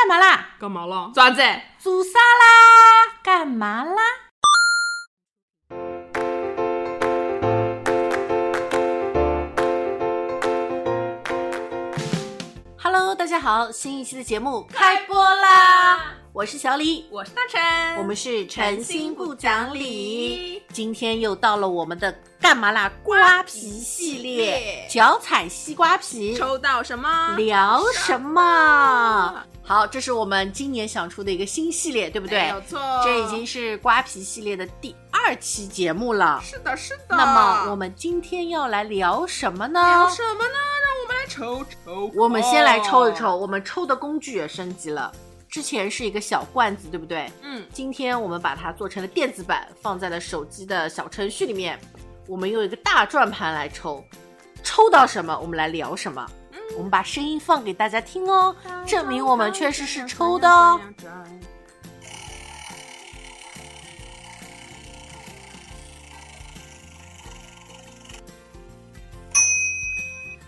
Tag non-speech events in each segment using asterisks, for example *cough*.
干嘛啦？爪子，煮沙拉干嘛啦？Hello，大家好，新一期的节目开播啦！我是小李，我是大陈，我们是诚心不讲理，，今天又到了我们的干嘛啦瓜皮系瓜皮系列列，啊脚踩西瓜皮，抽到什么？聊什么？好，这是我们今年想出的一个新系列，对不对？哎有错，这已经是瓜皮系列的第二期节目了。是的，是的。那么我们今天要来聊什么聊呢？什哦么呢？让我们来抽抽。我们先来抽一抽，。我们抽的工具也升级了。之前是一个小罐子，对不对？嗯，今天我们把它做成了电子版，放在了手机的小程序里面。我们用一个大转盘来抽，抽到什么我们来聊什么。嗯我们把声音放给大家听哦，证明我们确实是抽的哦。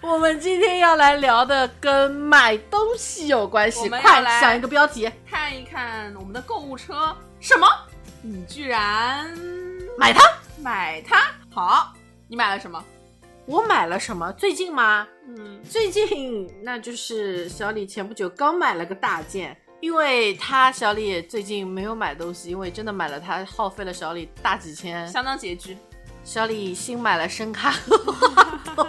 我们今天要来聊的跟买东西有关我系，们要快来想一个标题，看一看我们的购物车，什么？你居然买它。买它？好，你买了什么？我买了什么？最近吗？嗯，最近那就是小李前不久刚买了个大件，因为他小李最近没有买东西，因为真的买了他耗费了小李大几千。相当拮据。小李新买了声卡，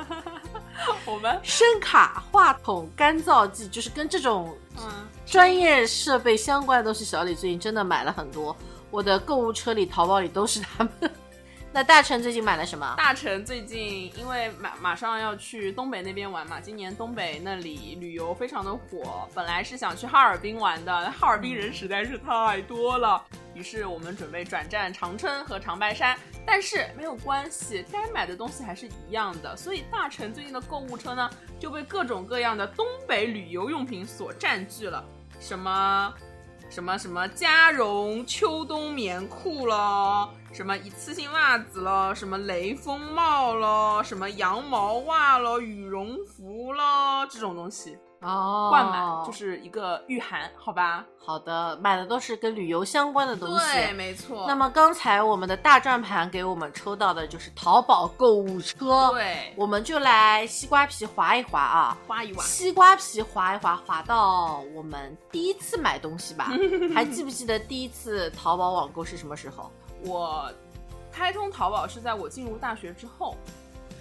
*laughs* 我们，声卡、话筒、干燥剂，就是跟这种嗯，专业设备相关的东西，小李最近真的买了很多。我的购物车里、淘宝里都是他们。 *laughs* 那大成最近买了什么？大成最近因为马马上要去东北那边玩嘛，今年东北那里旅游非常的火，本来是想去哈尔滨玩的，哈尔滨人实在是太多了，于是我们准备转战长春和长白山，但是没有关系，该买的东西还是一样的，所以大成最近的购物车呢就被各种各样的东北旅游用品所占据了，什么什么什么加绒秋冬棉裤咯，什么一次性袜子咯，什么雷锋帽咯，什么羊毛袜咯，羽绒服咯，这种东西哦灌满就是一个御寒，好吧？好的，买的都是跟旅游相关的东西。对，没错。那么刚才我们的大转盘给我们抽到的就是淘宝购物车，对，我们就来西瓜皮划一划啊，花一碗西瓜皮划一划，划到我们第一次买东西 *laughs* 吧，还记不记得第一次淘宝网购是什么时候？我开通淘宝是在我进入大学之后，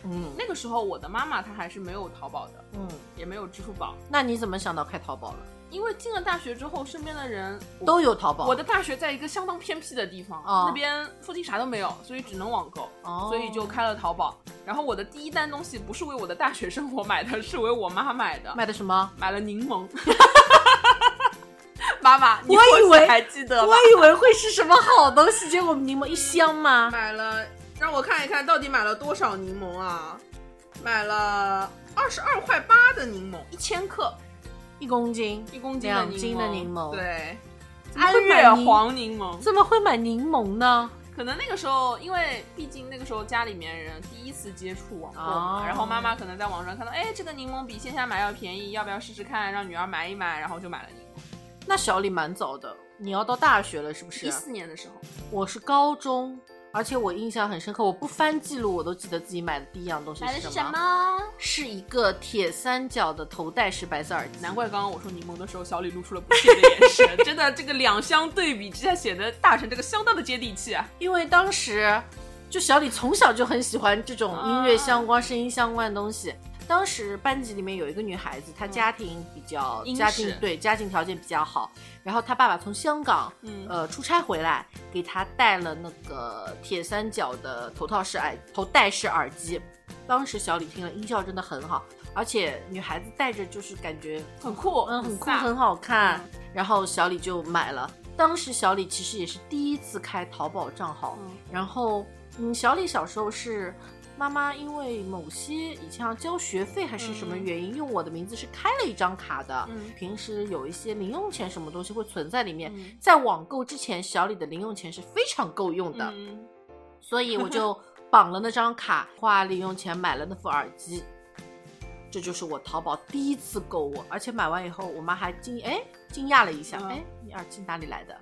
嗯那个时候我的妈妈她还是没有淘宝的，嗯，也没有支付宝，那你怎么想到开淘宝了？因为进了大学之后，身边的人都有淘宝，我的大学在一个相当偏僻的地方，哦那边附近啥都没有，所以只能网购，哦所以就开了淘宝。然后我的第一单东西不是为我的大学生活买的，是为我妈买的，买买的什么？了柠檬。 *laughs* 妈妈，你我以或许为还记得吧我？以为会是什么好东西，结果柠檬一箱吗？买了，让我看一看到底买了多少柠檬啊？买了二十二块八的柠檬，一千克，一公斤，一公斤两柠斤檬，的柠檬对，怎么安会买岳柠黄柠檬，怎么会买柠檬呢？可能那个时候，因为毕竟那个时候家里面人第一次接触网购嘛，哦然后妈妈可能在网上看到，哎，这个柠檬比线下买要便宜，要不要试试看？让女儿买一买，然后就买了柠檬。那小李蛮早的，你要到大学了是啊不一是？四年的时候，我是高中，而且我印象很深刻，我不翻记录我都记得自己买的第一样东西是什么？么？是一个铁三角的头戴式白色耳机。难怪刚刚我说柠檬的时候，小李露出了不屑的 *laughs* 眼神。真的，这个两相对比之下，显得大成这个相当的接地气啊！因为当时就小李从小就很喜欢这种音乐相关、声音相关的东西。当时班级里面有一个女孩子，她家庭比较、殷实家境对家境条件比较好，然后她爸爸从香港嗯，呃出差回来，给他带了那个铁三角的头套式耳头戴式耳机。当时小李听了音效真的很好，而且女孩子戴着就是感觉很酷，嗯很酷飒很好看，然后小李就买了。当时小李其实也是第一次开淘宝账号，嗯然后嗯，小李小时候是。妈妈因为某些以前要交学费还是什么嗯原因，用我的名字是开了一张卡的。嗯平时有一些零用钱什么东西会存在里面，嗯在网购之前，小李的零用钱是非常够用的，嗯所以我 *laughs* 就绑了那张卡，花零用钱买了那副耳机。这就是我淘宝第一次购物，而且买完以后，我妈还惊哎，惊讶了一下，嗯哎、你耳机哪里来的？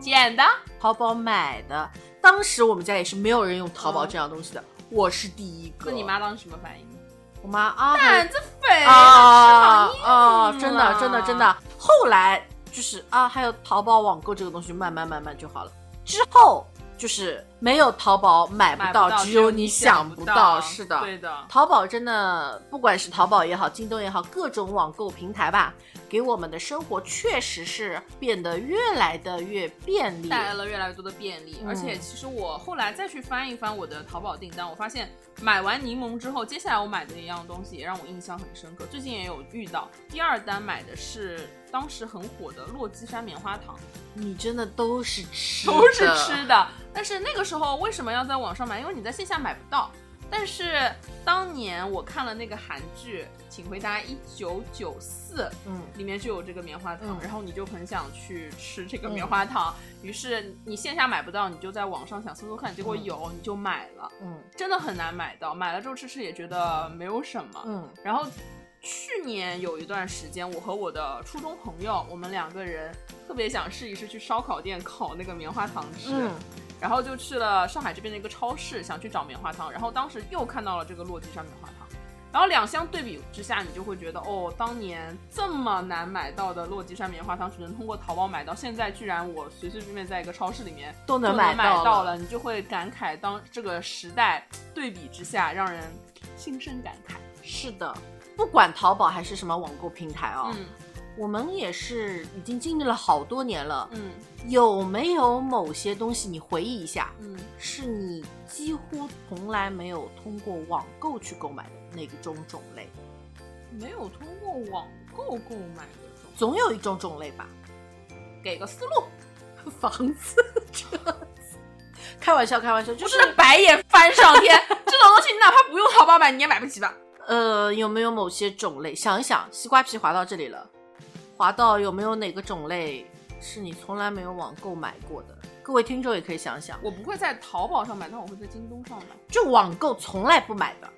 捡的，淘宝买的。当时我们家也是没有人用淘宝这样东西的，我是第一个。嗯那你妈当时什么反应？我妈啊，胆子肥啊吃好啊！哎硬真的，真的，了真的。后来就是啊，还有淘宝网购这个东西，慢慢慢慢就好了。之后就是没有淘宝买买不不到，到只只有你想不到。是的，对的。淘宝真的，不管是淘宝也好，京东也好，各种网购平台吧，给我们的生活确实是变得越来的越便利。带来了越来越多的便利，嗯而且其实我后来再去翻一翻我的淘宝订单，我发现买完柠檬之后，接下来我买的一样东西也让我印象很深刻。最近也有遇到，第二单买的是当时很火的洛基山棉花糖，你真的都是吃，都是吃。的。但是那个时候为什么要在网上买？因为你在线下买不到。但是当年我看了那个韩剧《请回答一九九四》，嗯，里面就有这个棉花糖，嗯然后你就很想去吃这个棉花糖，于是你线下买不到，你就在网上想搜搜看，结果嗯有、你就买了，嗯真的很难买到，买了之后吃吃也觉得没有什么。嗯然后去年有一段时间，我和我的初中朋友，我们两个人特别想试一试去烧烤店烤那个棉花糖吃，嗯然后就去了上海这边的一个超市，想去找棉花糖，然后当时又看到了这个落基山棉花糖，然后两相对比之下，你就会觉得哦，当年这么难买到的落基山棉花糖，只能通过淘宝买到，现在居然我随随便便在一个超市里面都就能能买买到到。了，你就会感慨当这个时代对比之下，让人心生感慨。是的，不管淘宝还是什么网购平台哦，嗯我们也是已经经历了好多年了。嗯有没有某些东西你回忆一下，嗯，是你几乎从来没有通过网购去购买的那种种类？没有通过网购购买的东西，总有一种种类吧，给个思路， *laughs* 房子、车子。开玩笑，开玩笑，就就是是白眼翻上天。 *laughs* 这种东西你哪怕不用淘宝买，你也买不起吧？呃，有没有某些种类？想一想，西瓜皮滑到这里了，滑到有没有哪个种类是你从来没有网购买过的？各位听众也可以想想，我不会在淘宝上买，但我会在京东上买。就网购从来不买的，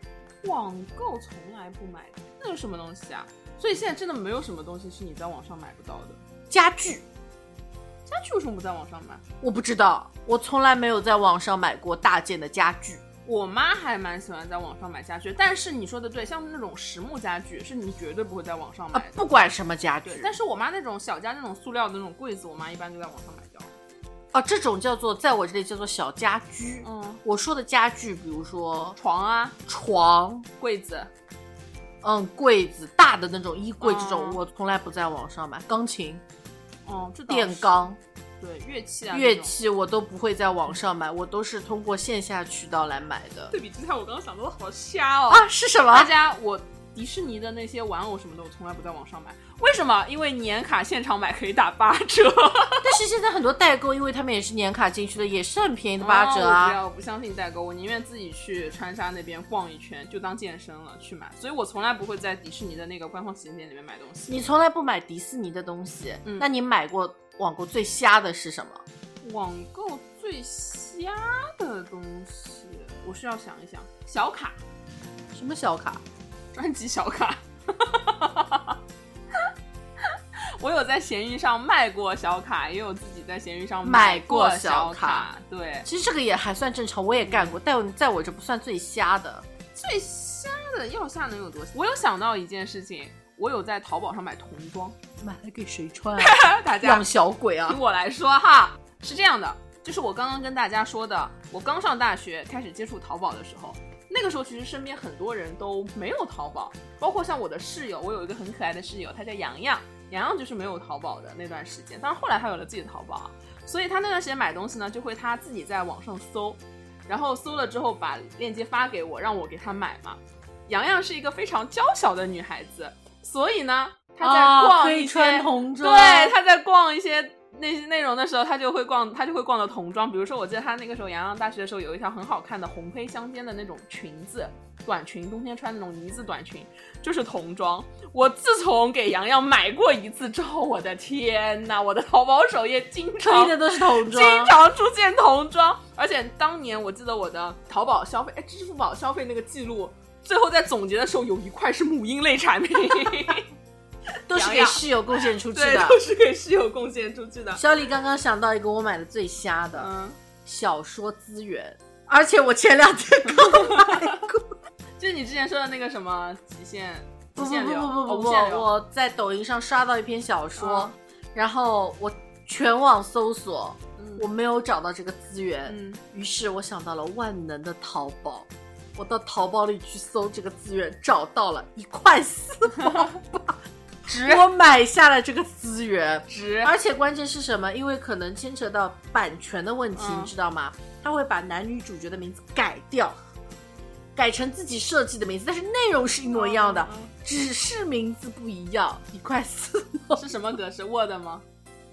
网购从来不买的，那有什么东西啊？所以现在真的没有什么东西是你在网上买不到的。家具家具为什么不在网上买？我不知道，我从来没有在网上买过大件的家具。我妈还蛮喜欢在网上买家具，但是你说的对，像那种实木家具是你绝对不会在网上啊买，的。不管什么家具对，，但是我妈那种小家那种塑料的那种柜子，我妈一般就在网上买掉。哦，这种叫做在我这里叫做小家居。嗯，我说的家具，比如说床啊，床、柜子，嗯柜子、大的那种衣柜这种，哦我从来不在网上买。钢琴、哦、这倒是电，钢、对，乐器啊，乐。器我都不会在网上买，我都是通过线下渠道来买的。对比之下，我刚刚想到的好瞎哦。啊，是什么大？ *laughs* 家，我迪士尼的那些玩偶什么的，我从来不在网上买。为什么？因为年卡现场买可以打八折，但是现在很多代购，因为他们也是年卡进去的，也是很便宜的 *laughs* 八折哦我不啊。要，我不相信代购，我宁愿自己去川沙那边逛一圈，就当健身了去买。所以我从来不会在迪士尼的那个官方旗舰店里面买东西。你从来不买迪士尼的东西，嗯那你买过网购最瞎的是什么？网购最瞎的东西，我是要想一想，小卡，什么小卡？专辑小卡。 *laughs* 我有在闲鱼上卖过小卡，也有自己在闲鱼上买过过小小卡对，其实这个也还算正常，我也干过，但在我这不算最瞎的。最瞎的要瞎能有多瞎？我有想到一件事情，我有在淘宝上买童 *laughs* 装，买来给谁穿、 *laughs* 啊？大家养小鬼啊 *laughs* 听！我来说哈，是这样的，就是我刚刚跟大家说的，我刚上大学开始接触淘宝的时候，那个时候其实身边很多人都没有淘宝，包括像我的室友，我有一个很可爱的室友，她叫洋洋，洋洋就是没有淘宝的那段时间，但是后来她有了自己的淘宝啊，所以她那段时间买东西呢，就会她自己在网上搜，然后搜了之后把链接发给我，让我给她买嘛。洋洋是一个非常娇小的女孩子，所以呢，她在啊，逛可一以些、穿童装，对，他在逛一些那些内容的时候，他就会逛，他就会逛到童装。比如说，我记得他那个时候洋洋大学的时候，有一条很好看的红黑相间的那种裙子，短裙，冬天穿那种呢子短裙，就是童装。我自从给洋洋买过一次之后，我的天呐，我的淘宝首页经常推的都是童经装。常出现童装，而且当年我记得我的淘宝消费，哎，支付宝消 *laughs* 费 *laughs* 那个记录，最后在总结的时候有一块是母婴类产品。都是洋给洋，室友贡献出去对，的。都是给室友贡献出去的。小李刚刚想到一个我买的最瞎的、嗯，小说资源，而且我前两天刚买过。就是你之前说的那个什么极限。不极不限不流不哦不无不，限流我在抖音上刷到一篇小说，然后我全网搜索，嗯我没有找到这个资源，嗯，于是我想到了万能的淘宝，我到淘宝里去搜这个资源，找到了一块 *laughs* 四毛八，值我买下了这个资源。值，而且关键是什么？因为可能牵扯到版权的问题，嗯你知道吗？他会把男女主角的名字改掉，改成自己设计的名字，但是内容是一模一样的，嗯只是名字不一样，一块 *laughs* 四毛嗯是什么格式？Word 吗？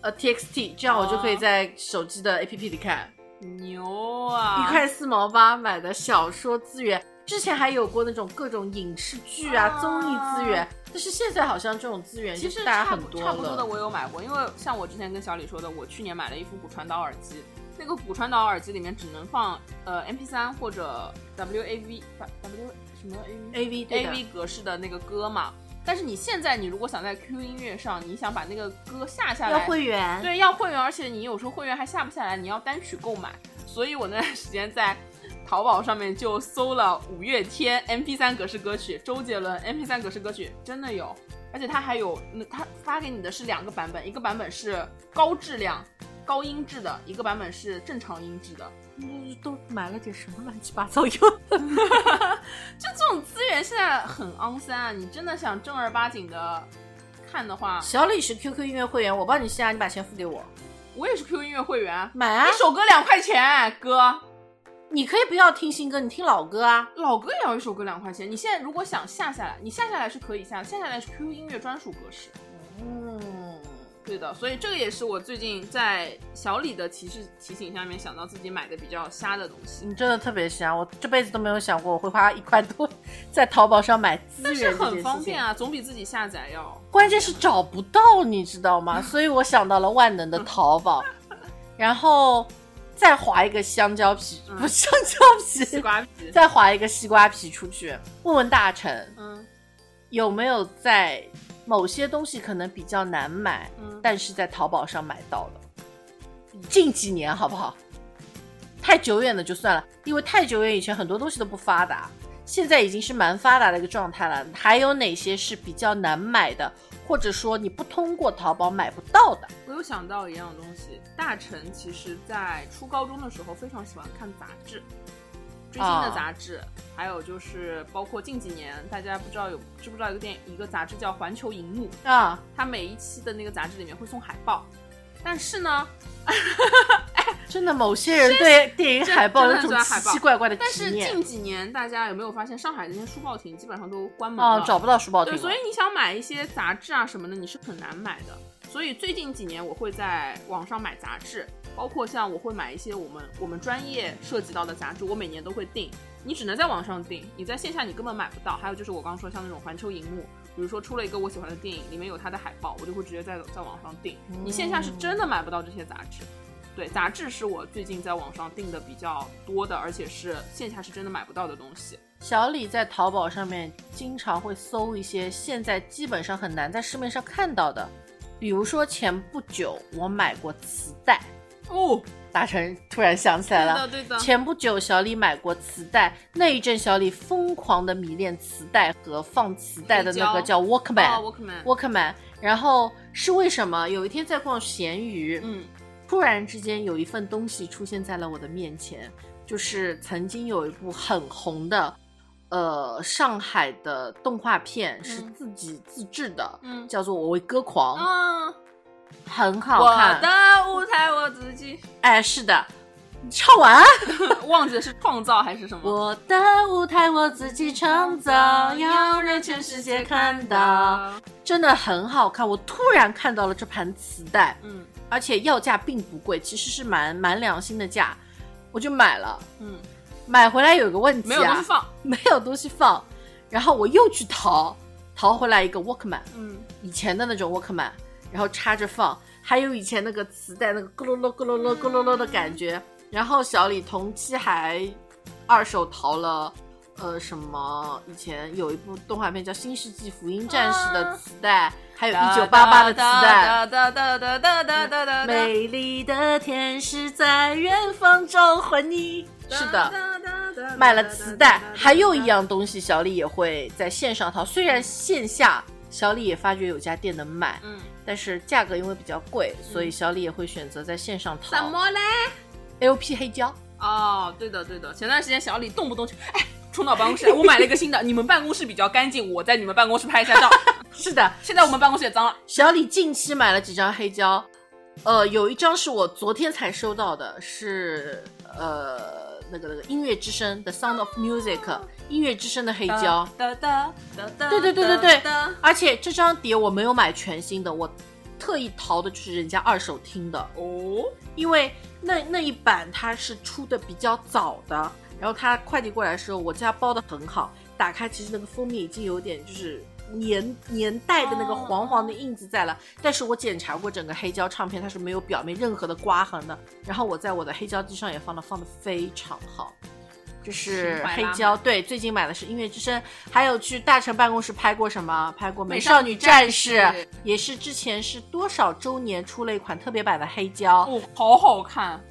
呃 txt，这样我就可以在手机的 APP 里看、牛啊！一块四毛八买的小说资源。之前还有过那种各种影视剧啊、啊综艺资源，但是现在好像这种资源其实就大家差很不多差不多的了。我有买过，因为像我之前跟小李说的，我去年买了一副骨传导耳机，那个骨传导耳机里面只能放呃 MP 3或者 WAV W 什么 AV A V 对 A 的 V 格式的那个歌嘛。但是你现在你如果想在 QQ 音乐上，你想把那个歌下下要来，会员，对，要会员，而且你有时候会员还下不下来，你要单曲购买。所以我那段时间在淘宝上面就搜了五月天 MP 3格式歌曲，周杰伦 MP 3格式歌曲真的有，而且它还有，嗯它发给你的是两个版本，一个版本是高质量、高音质的，一个版本是正常音质的。嗯都买了点什么乱七八糟用的。 *laughs* 就这种资源现在很肮三啊，你真的想正儿八经的看的话，小李是 QQ 音乐会员，我帮你下，你把钱付给我，我也是 QQ 音乐会员啊，买啊一！首歌两块钱，哥。你可以不要听新歌，你听老歌啊。老歌也要一首歌两块钱。你现在如果想下下来，你下下来是可以下，下下来是 QQ 音乐专属格式。嗯，对的，所以这个也是我最近在小李的提示提醒下面想到自己买的比较瞎的东西，你真的特别香，我这辈子都没有想过我会花一块多 *laughs* 在淘宝上买资但源，是很方便。啊，总比自己下载要。关键是找不到，你知道吗？所以我想到了万能的淘 *laughs* 宝，然后再划一个香蕉皮，嗯不 *laughs* 是香蕉西皮，瓜皮，再划一个西瓜皮出去，问问大臣。嗯有没有在某些东西可能比较难买，嗯，但是在淘宝上买到了？近几年好不好？太久远的就算了，因为太久远以前很多东西都不发达，现在已经是蛮发达的一个状态了。还有哪些是比较难买的，或者说你不通过淘宝买不到的？我有想到一样东西，大臣其实在初高中的时候非常喜欢看杂志，追星的啊杂志，还有就是包括近几年大家不知道有知不知道有个电一个杂志叫《环球荧幕》，啊，它每一期的那个杂志里面会送海报，但是呢，真的，某些人对电影海报有真种的很奇喜欢海报奇怪怪的但执是念近几年大家有没有发现上海那些书报亭基本上都关门了？啊，找不到书报亭对，了。所以你想买一些杂志啊什么的，你是很难买的。所以最近几年我会在网上买杂志，包括像我会买一些我们我们专业涉及到的杂志，我每年都会订。你只能在网上订，你在线下你根本买不到。还有就是我刚刚说像那种环球荧幕，比如说出了一个我喜欢的电影，里面有它的海报，我就会直接在在网上订。嗯你线下是真的买不到这些杂志。对，杂志是我最近在网上订的比较多的，而且是线下是真的买不到的东西。小李在淘宝上面经常会搜一些现在基本上很难在市面上看到的，比如说前不久我买过磁带，哦，大成突然想起来了。对的，对的，前不久，小李买过磁带，那一阵小李疯狂的迷恋磁带和放磁带的那黑个胶叫啊 Walkman，Walkman、 ，Walkman， Walkman 然后是为什么？有一天在逛闲鱼，嗯，突然之间有一份东西出现在了我的面前，就是曾经有一部很红的，呃，上海的动画片是自己自制的，嗯叫做《我为歌狂》，啊，很嗯好我看。的舞台我自己，哎，是的，你唱完啊。忘记了是创造还是什么？我的舞台我自己创造，要让全世界看到，，真的很好看。我突然看到了这盘磁带，嗯而且要价并不贵，其实是蛮蛮良心的价，我就买了。嗯，买回来有个问题、啊，没有东西放，没有东西放，然后我又去淘，淘回来一个 Walkman，嗯以前的那种 Walkman，然后插着放，还有以前那个磁带那个咕噜噜咕噜噜咕噜噜的感觉。然后小李同期还二手淘了，呃，什么以前有一部动画片叫《新世纪福音战士》的磁带，还有一九八八的磁带。哒哒哒哒哒哒哒哒哒。美丽的天使在远方召唤你。是的，的买了磁带，还有一样东西，小李也会在线上淘。虽然线下小李也发觉有家店能买，嗯，但是价格因为比较贵，所以小李也会选择在线上怎淘。么嘞？ LP 黑胶，哦，对的对的，前段时间小李动不动就哎。冲到办公室，我买了一个 *laughs* 新的。你们办公室比较干净，我在你们办公室拍一下照。是的，现在我们办公室也脏了。小李近期买了几张黑胶，呃，有一张是我昨天才收到的，是呃那个那个音乐之声的《Sound of Music》音乐之声的黑胶，哒哒哒哒。对对对对对哒哒而且这张碟我没有买全新的，我特意淘的就是人家二手听的，哦，因为那那一版它是出的比较早的，然后它快递过来的时候，我家包的很好，打开其实那个封面已经有点就是年年代的那个黄黄的印子在了，但是我检查过整个黑胶唱片，它是没有表面任何的刮痕的，然后我在我的黑胶机上也放的放的非常好。这是情怀黑拉满胶，对，最近买的是音乐之声，还有去大成办公室拍过什么？拍过《美美少少女女战战士》士也是之前是多少周年出了一款特别版的黑胶，哦，好好看。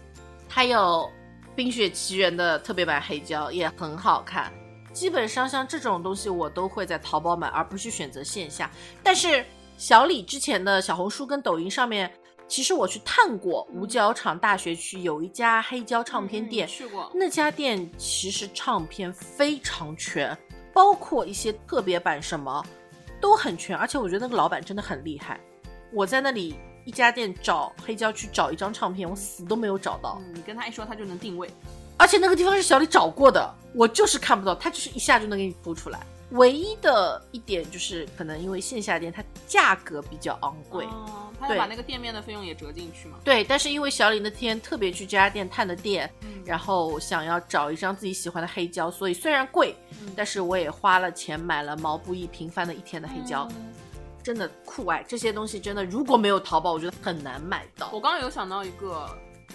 还有《冰雪奇缘》的特别版黑胶也很好看。基本上像这种东西，我都会在淘宝买，而不是选择线下。但是小李之前的小红书跟抖音上面，其实我去探过五角场大学区有一家黑胶唱片店，嗯去过。那家店其实唱片非常全，包括一些特别版什么都很全，而且我觉得那个老板真的很厉害。我在那里一家店找黑胶去找一张唱片，我死都没有找到，嗯，你跟他一说，他就能定位。而且那个地方是小李找过的，我就是看不到，他就是一下就能给你铺出来。唯一的一点就是，可能因为线下店它价格比较昂贵，哦他对要把那个店面的费用也折进去嘛。对。但是因为小李那天特别去这家店探的店，嗯然后想要找一张自己喜欢的黑胶，所以虽然贵，嗯但是我也花了钱买了毛不易《平凡的一天》的黑胶，嗯真的酷爱这些东西，真的如果没有淘宝，我觉得很难买到我。刚刚有想到一个，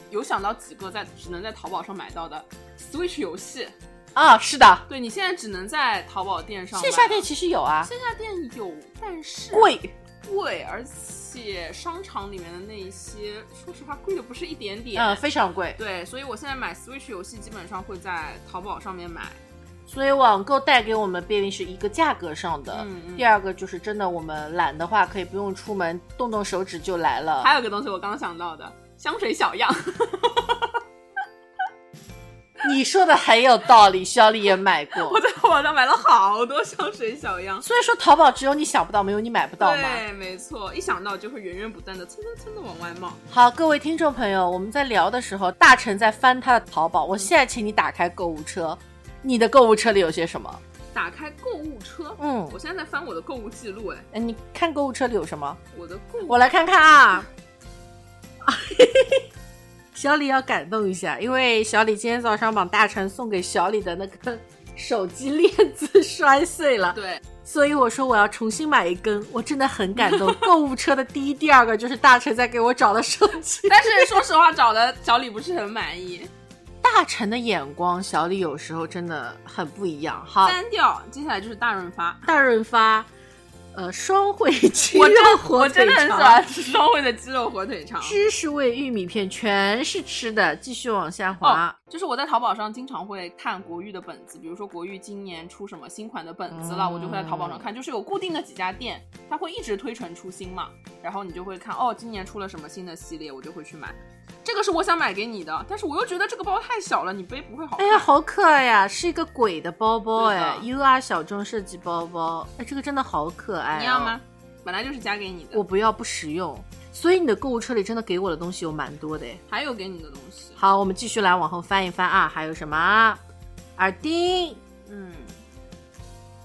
有想到几个在只能在淘宝上买到的 Switch 游戏。啊，是的，对你现在只能在淘宝店上买线下店其实有啊，线下店有，但是贵，贵，而且商场里面的那一些，说实话贵的不是一点点。嗯，非常贵。对，所以我现在买 Switch 游戏基本上会在淘宝上面买。所以网购带给我们便利是一个价格上的，嗯嗯第二个就是真的我们懒的话可以不用出门，动动手指就来了。还有一个东西我刚刚想到的，香水小样。你说的很有道理，小李也买 *laughs* 我过。在淘宝上买了好多香水小样。所以说淘宝只有你想不到，没有你买不到嘛。对，没错，一想到就会源源不断的蹭蹭蹭的往外冒。好，各位听众朋友，我们在聊的时候，大成在翻他的淘宝。我现在请你打开购物车，你的购物车里有些什么？打开购物车，嗯，我现在在翻我的购物记录，哎，哎你看购物车里有什么？我的购物我来看看啊。 *laughs* 小李要感动一下，因为小李今天早上把大成送给小李的那个手机链子摔碎了，对，所以我说我要重新买一根。我真的很感 *laughs* 动。购物车的第一、第二个就是大成在给我找的手机。 *laughs* 但是说实话，找的小李不是很满意，大成的眼光，小李有时候真的很不一样。好，单调。接下来就是大润 *laughs* 发，大润发，呃，双汇鸡 *laughs* 我真肉火我真腿的很喜肠欢，吃双汇的鸡肉火腿肠。芝士味玉米片全是吃的。继续往下滑。哦，就是我在淘宝上经常会看国誉的本子，比如说国誉今年出什么新款的本子了，嗯我就会在淘宝上看，就是有固定的几家店，它会一直推陈出新嘛，然后你就会看哦，今年出了什么新的系列，我就会去买。这个是我想买给你的，但是我又觉得这个包太小了，你背不会好哎看。呀，好可爱呀！是一个鬼的包包对的哎，U R 小众设计包包，哎，这个真的好可爱、哦你要？吗？本来就是加给你的，我不要，不实用。所以你的购物车里真的给我的东西有蛮多的哎。还有给你的东西。好，我们继续来往后翻一翻啊，还有什么啊？耳钉，嗯，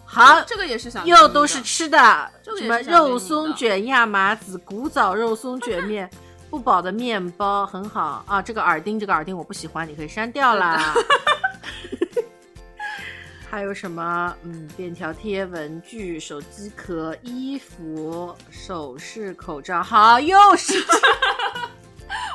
好，这个也是想给你的又都是吃的，这个什也么是想给你的肉松卷亚麻籽、古早肉松 *laughs* 卷面、不饱的面包，很好啊。这个耳钉，这个耳钉我不喜欢，你可以删掉 *laughs* 啦。还有什么？嗯，便条贴、文具、手机壳、衣服、首饰、口罩。好，又 *laughs* 是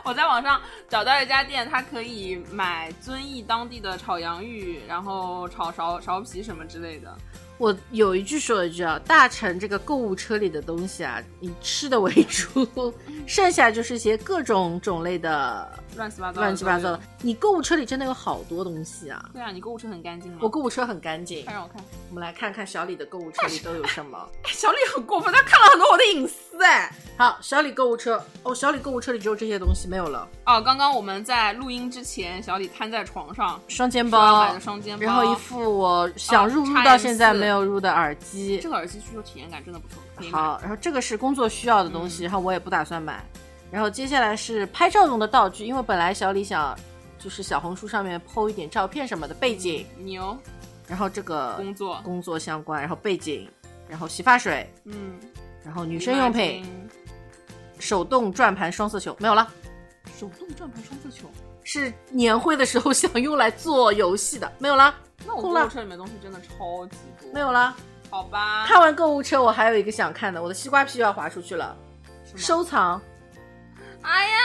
我在网上找到一家店，它可以买遵义当地的炒洋芋，然后炒苕苕皮什么之类的。我有一句说一句啊，大城这个购物车里的东西啊，以吃的为主，嗯剩下就是一些各种种类的乱七八糟，乱七八糟的的。你购物车里真的有好多东西啊！都有。对啊，你购物车很干净吗？我购物车很干净快，让我 *laughs* 看，我们来看看小李的购物车里都有什么。嗯小李很过分，他看了很多我的隐私哎。好，小李购物车哦，小李购物车里只有这些东西没有了，哦，刚刚我们在录音之前，小李瘫在床上，双肩说要买包的，双肩包，然后一副我想入入叉到 M 现在四没有入的耳机这。个耳机需求体验感真的不错，可以买。好，然后这个是工作需要的东西，嗯然后我也不打算买。然后接下来是拍照用的道具，因为本来小李想就是小红书上面 PO 一点照片什么的背景，牛然后这个工作，工作相关，然后背景，然后洗发水，嗯，然后女生用品，，手动转盘双色球没有了，手动转盘双色球。 *laughs* 是年会的时候想用来做游戏的，没有了，那我空购了物车里面东西真的超级多，没有了。好吧？看完购物车，我还有一个想看的，我的西瓜皮又要滑出去了，是吗收藏。哎呀，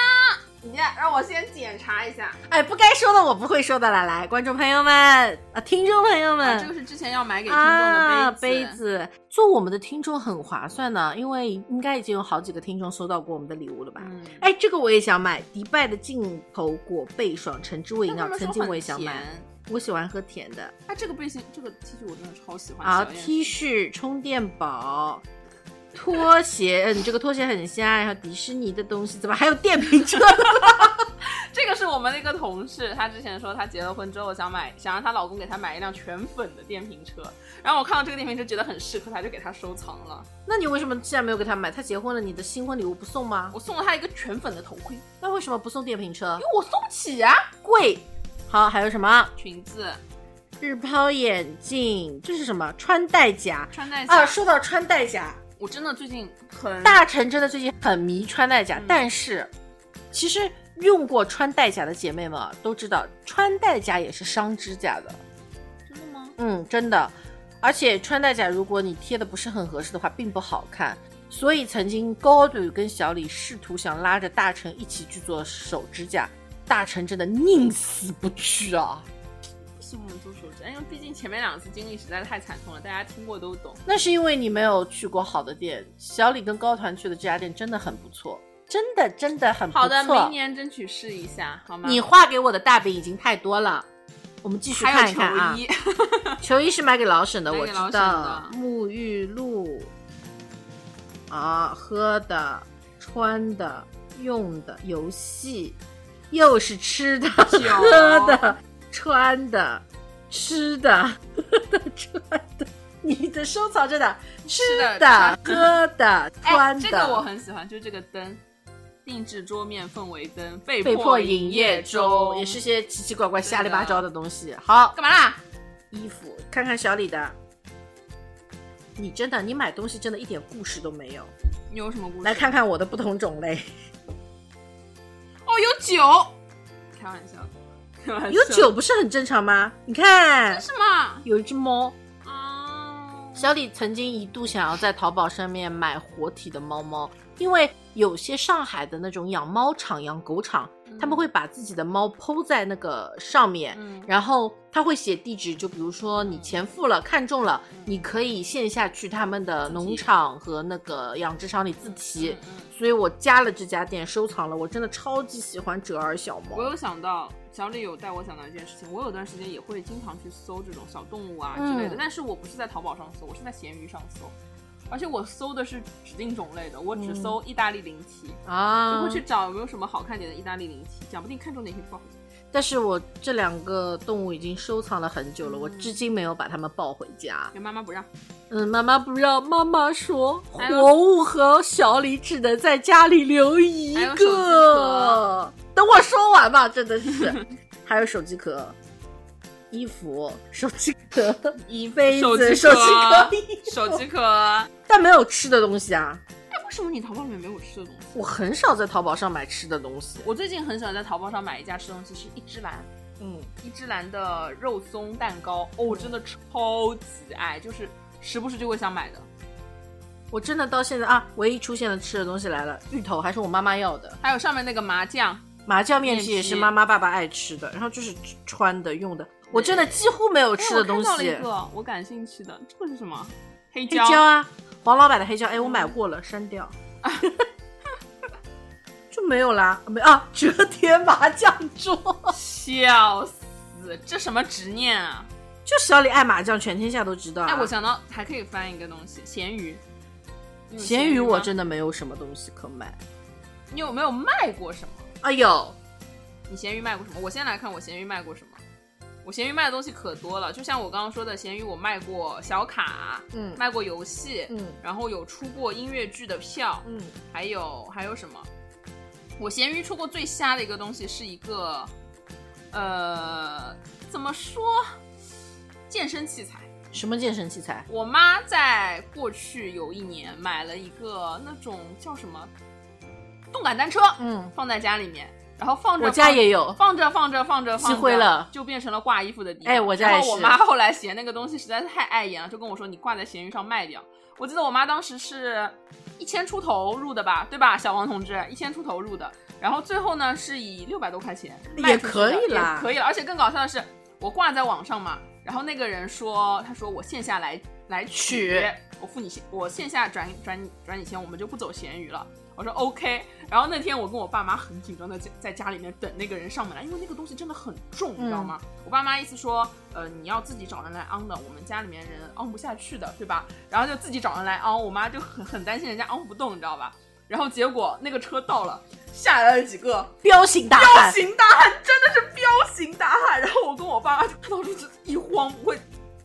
你让我先检查一下。哎，不该说的我不会说的啦！来，观众朋友们啊，听众朋友啊，们，这个是之前要买给听众啊的杯子。子，做我们的听众很划算呢，因为应该已经有好几个听众收到过我们的礼物了吧？嗯，哎，这个我也想买，迪拜的进口果贝爽橙汁味饮但他料，们说曾经很我也想买，甜。我喜欢喝甜的。它这个背心，这个 T 恤我真的超喜欢。啊小燕，T 恤、充电宝、拖鞋，嗯，这个拖鞋很香，然后迪士尼的东西，怎么还有电瓶车？ *laughs* 这个是我们的一个同事，她之前说她结了婚之后想买，想让她老公给她买一辆全粉的电瓶车，然后我看到这个电瓶车觉得很适合她，就给她收藏了。那你为什么现在没有给他买？他结婚了，你的新婚礼物不送吗？我送了她一个全粉的头盔，因那为什么不送电瓶车？为我送不起呀、贵。好，还有什么？裙子、日抛眼镜，这是什么？穿戴甲穿戴甲，啊！说到穿戴甲，我真的最近很大成真的最近很迷穿戴甲，嗯但是其实用过穿戴甲的姐妹们啊都知道，穿戴甲也是伤指甲的。真的吗？嗯，真的。而且穿戴甲，如果你贴的不是很合适的话，并不好看。所以曾经高度跟小李试图想拉着大成一起去做手指甲，大成真的宁死不去啊。不喜欢做手指，哎因为毕竟前面两次经历实在太惨痛了，大家听过都懂。那是因为你没有去过好的店。小李跟高团去的这家店真的很不错，真的真的很不错。好的，明年争取试一下，好吗？你画给我的大饼已经太多了，我们继续还看一有看啊球。衣，球衣是买给老沈的，买我给知老沈道的。沐浴露啊，喝的、穿的、用的、游戏，又是吃的、 *laughs* 酒喝的、穿的、吃的、 *laughs* 喝的、穿的。你的收藏着的吃的的、喝的、哎穿，的，这个我很喜欢，就是这个灯，定制桌面氛围灯，被被迫营营业业中中，也是些奇奇怪怪、的瞎里八糟的东西。好，干嘛啦？衣服，看看小李的。你真的，你买东西真的一点故事都没有。你有什么故事？来看看我的不同种 *laughs* 类，哦，有酒，开玩笑，开玩笑， *laughs* 有酒不是很正常吗？你看，是吗？有一只猫。啊，小李曾经一度想要在淘宝上面买活体的猫猫，因为有些上海的那种养猫场、养狗场，他们会把自己的猫抛在那个上面，嗯，然后他会写地址，就比如说你钱付了，看中了，你可以线下去他们的农场和那个养殖场里自提嗯。嗯所以我加了这家店，收藏了，我真的超级喜欢折耳小猫我。有想到，小李有带我想到一件事情，我有段时间也会经常去搜这种小动物啊之类的，嗯但是我不是在淘宝上搜，我是在闲鱼上搜，而且我搜的是指定种类的，我嗯只搜意大利灵缇，就啊会去找有没有什么好看点的意大利灵缇，讲不定看中哪些不好看。但是我这两个动物已经收藏了很久了，嗯我至今没有把它们抱回家。因为妈妈 *laughs* 不让，嗯，妈妈不让，妈妈说还有活物和小李只能在家里留一还有手机个壳。等我说完吧，真的是。还有手机壳、衣服、手机壳、一杯手机子、手机壳、 *laughs* 衣服手机壳。哎，但没有吃的东西啊。为什么你淘宝里面没有吃的东西？我很少在淘宝上买吃的东西。我最近很喜欢在淘宝上买一家吃的东西，是一只兰，嗯，一只兰的肉松蛋糕，哦，我真的超级爱，就是时不时就会想买的。我真的到现在啊，唯一出现的吃的东西来了，芋头还是我妈妈要的，还有上面那个麻酱，麻酱面皮面皮也是妈妈爸爸爱吃的，然后就是穿的用的。我真的几乎没有吃的东哎我看到了西一。个我感兴趣的，这个是什么？黑黑椒。嗯啊椒啊，王老板的黑椒，哎，我买过了，删掉，就没有啦，没啊，折叠麻将桌，笑死，这什么执念啊！就小李爱麻将，全天下都知道啊、哎，我想到还可以翻一个东西，咸鱼。你有咸鱼鱼吗我真的没有什么东西可买。你有没有卖过什么？哎呦，你咸鱼卖过什么？我先来看我咸鱼卖过什么。我咸鱼卖的东西可多了，就像我刚刚说的，咸鱼我卖过小卡，嗯卖过游戏，嗯然后有出过音乐剧的票，嗯，还有还有什么？我咸鱼出过最瞎的一个东西是一个，呃，怎么说？健身器材。什么健身器材？我妈在过去有一年买了一个那种叫什么动感单车，嗯，放在家里面，然后放着我家也有，放着放着放着放着，积灰了就变成了挂衣服的地方。哎我家也然后我是妈后来嫌那个东西实在是太碍眼了，就跟我说你挂在闲鱼上卖掉。我记得我妈当时是一千出头入的吧，对吧，小王同志，一千出头入的。然后最后呢，是以六百多块钱卖也出去可的以啦也可以了。而且更搞笑的是，我挂在网上嘛，然后那个人说，他说我线下来来取取，我付你钱，我线下转转你转你钱，我们就不走闲鱼了。我说 OK，然后那天我跟我爸妈很紧张的在在家里面等那个人上门来，因为那个东西真的很重，你知道吗？我爸妈意思说，呃，你要自己找人来昂的，我们家里面人昂不下去的，对吧？然后就自己找人来昂，我妈就很很担心人家昂不动，你知道吧？然后结果那个车到了，下来了几个彪形大彪汉，形大汉，真的是彪形大汉。然后我跟我爸妈就看到就是一慌，不会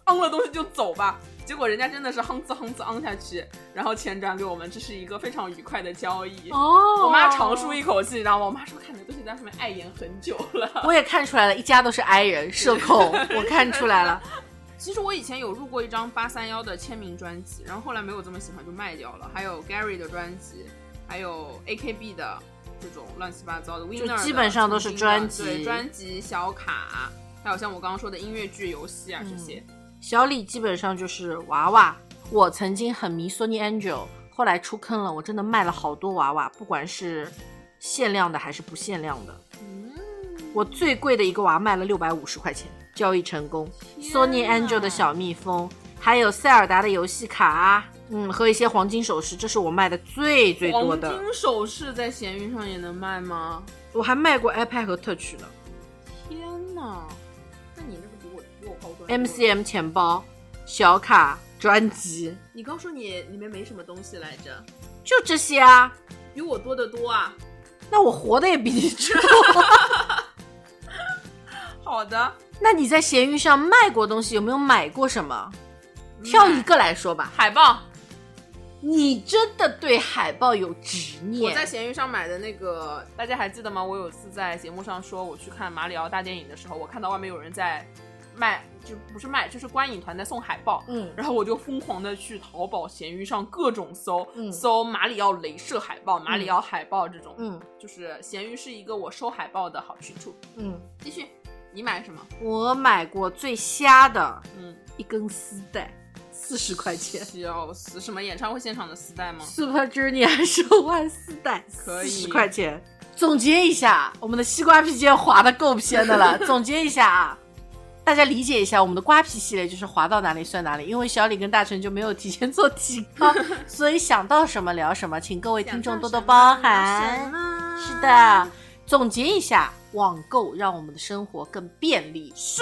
昂了东西就走吧。结果人家真的是哼哧哼哧昂下去，然后钱转给我们，这是一个非常愉快的交易。哦我妈长舒一口气，你知道吗？我妈说看你东西在上面碍眼很久了。 *laughs* 我也看出来了，一家都是 I 人，社恐，我看出来了。其实我以前有入过一张八三幺的签名专辑，然后后来没有这么喜欢就卖掉了。还有 Gary 的专辑，还有 AKB 的这种乱七八糟的 Winner，的基本上都是曾经的专辑对专辑、小卡，还有像我刚刚说的音乐剧、游戏啊嗯这些。小李基本上就是娃娃，我曾经很迷 Sony Angel，后来出坑了，我真的卖了好多娃娃，不管是限量的还是不限量的。嗯我最贵的一个娃卖了六百五十块钱，交易成功。天 Sony 哪 Angel 的小蜜蜂，还有塞尔达的游戏卡，嗯，和一些黄金首饰，这是我卖的最最多黄的。金首饰在闲鱼上也能卖吗？我还卖过 iPad 和 Touch 呢天哪！那你那个比我比我高端多了。 ，MCM 钱包、小卡、专辑，你刚说你里面没什么东西来着，就这些啊。比我多得多啊。那我活的也比你久。 *laughs* 好的，那你在闲鱼上卖过东西，有没有买过什么？嗯挑一个来说吧，海报，你真的对海报有执我念。在闲鱼上买的那个，大家还记得吗？我有一次在节目上说，我去看马里奥大电影的时候，我看到外面有人在卖，就不是卖，就是观影团在送海报。嗯，然后我就疯狂的去淘宝、闲鱼上各种搜，嗯搜马里奥镭射海报、马里奥海报这种，嗯就是闲鱼是一个我收海报的好去处。嗯，继续，你买什么？我买过最瞎的嗯，一根丝带，四十块钱。笑死，什么演唱会现场的丝带吗？ Super Junior *laughs* 手腕丝带，可以四十块钱。总结一下，我们的西瓜皮间滑的够偏的 *laughs* 了。总结一下啊，大家理解一下，我们的瓜皮系列就是滑到哪里算哪里。因为小李跟大成就没有提前做提纲， *laughs* 所以想到什么聊什么，请各位听众多多包啊涵。是的，总结一下，网购让我们的生活更便利。是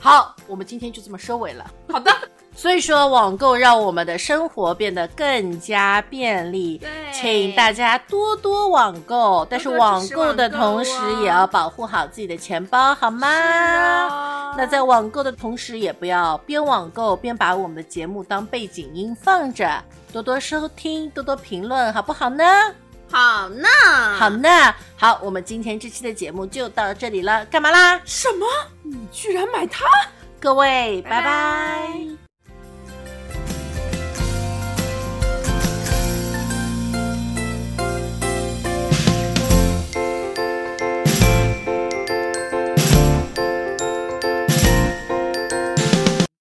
好，我们今天就这么收尾了。好的，所以说，网购让我们的生活变得更加便利。对请大家多多网购，但是网购啊的同时也要保护好自己的钱包，好吗？啊那在网购的同时，也不要边网购边把我们的节目当背景音放着，多多收听，多多评论，好不好呢？好呢，好呢，好，我们今天这期的节目就到这里了，干嘛啦？什么？你居然买它？各位，拜拜拜拜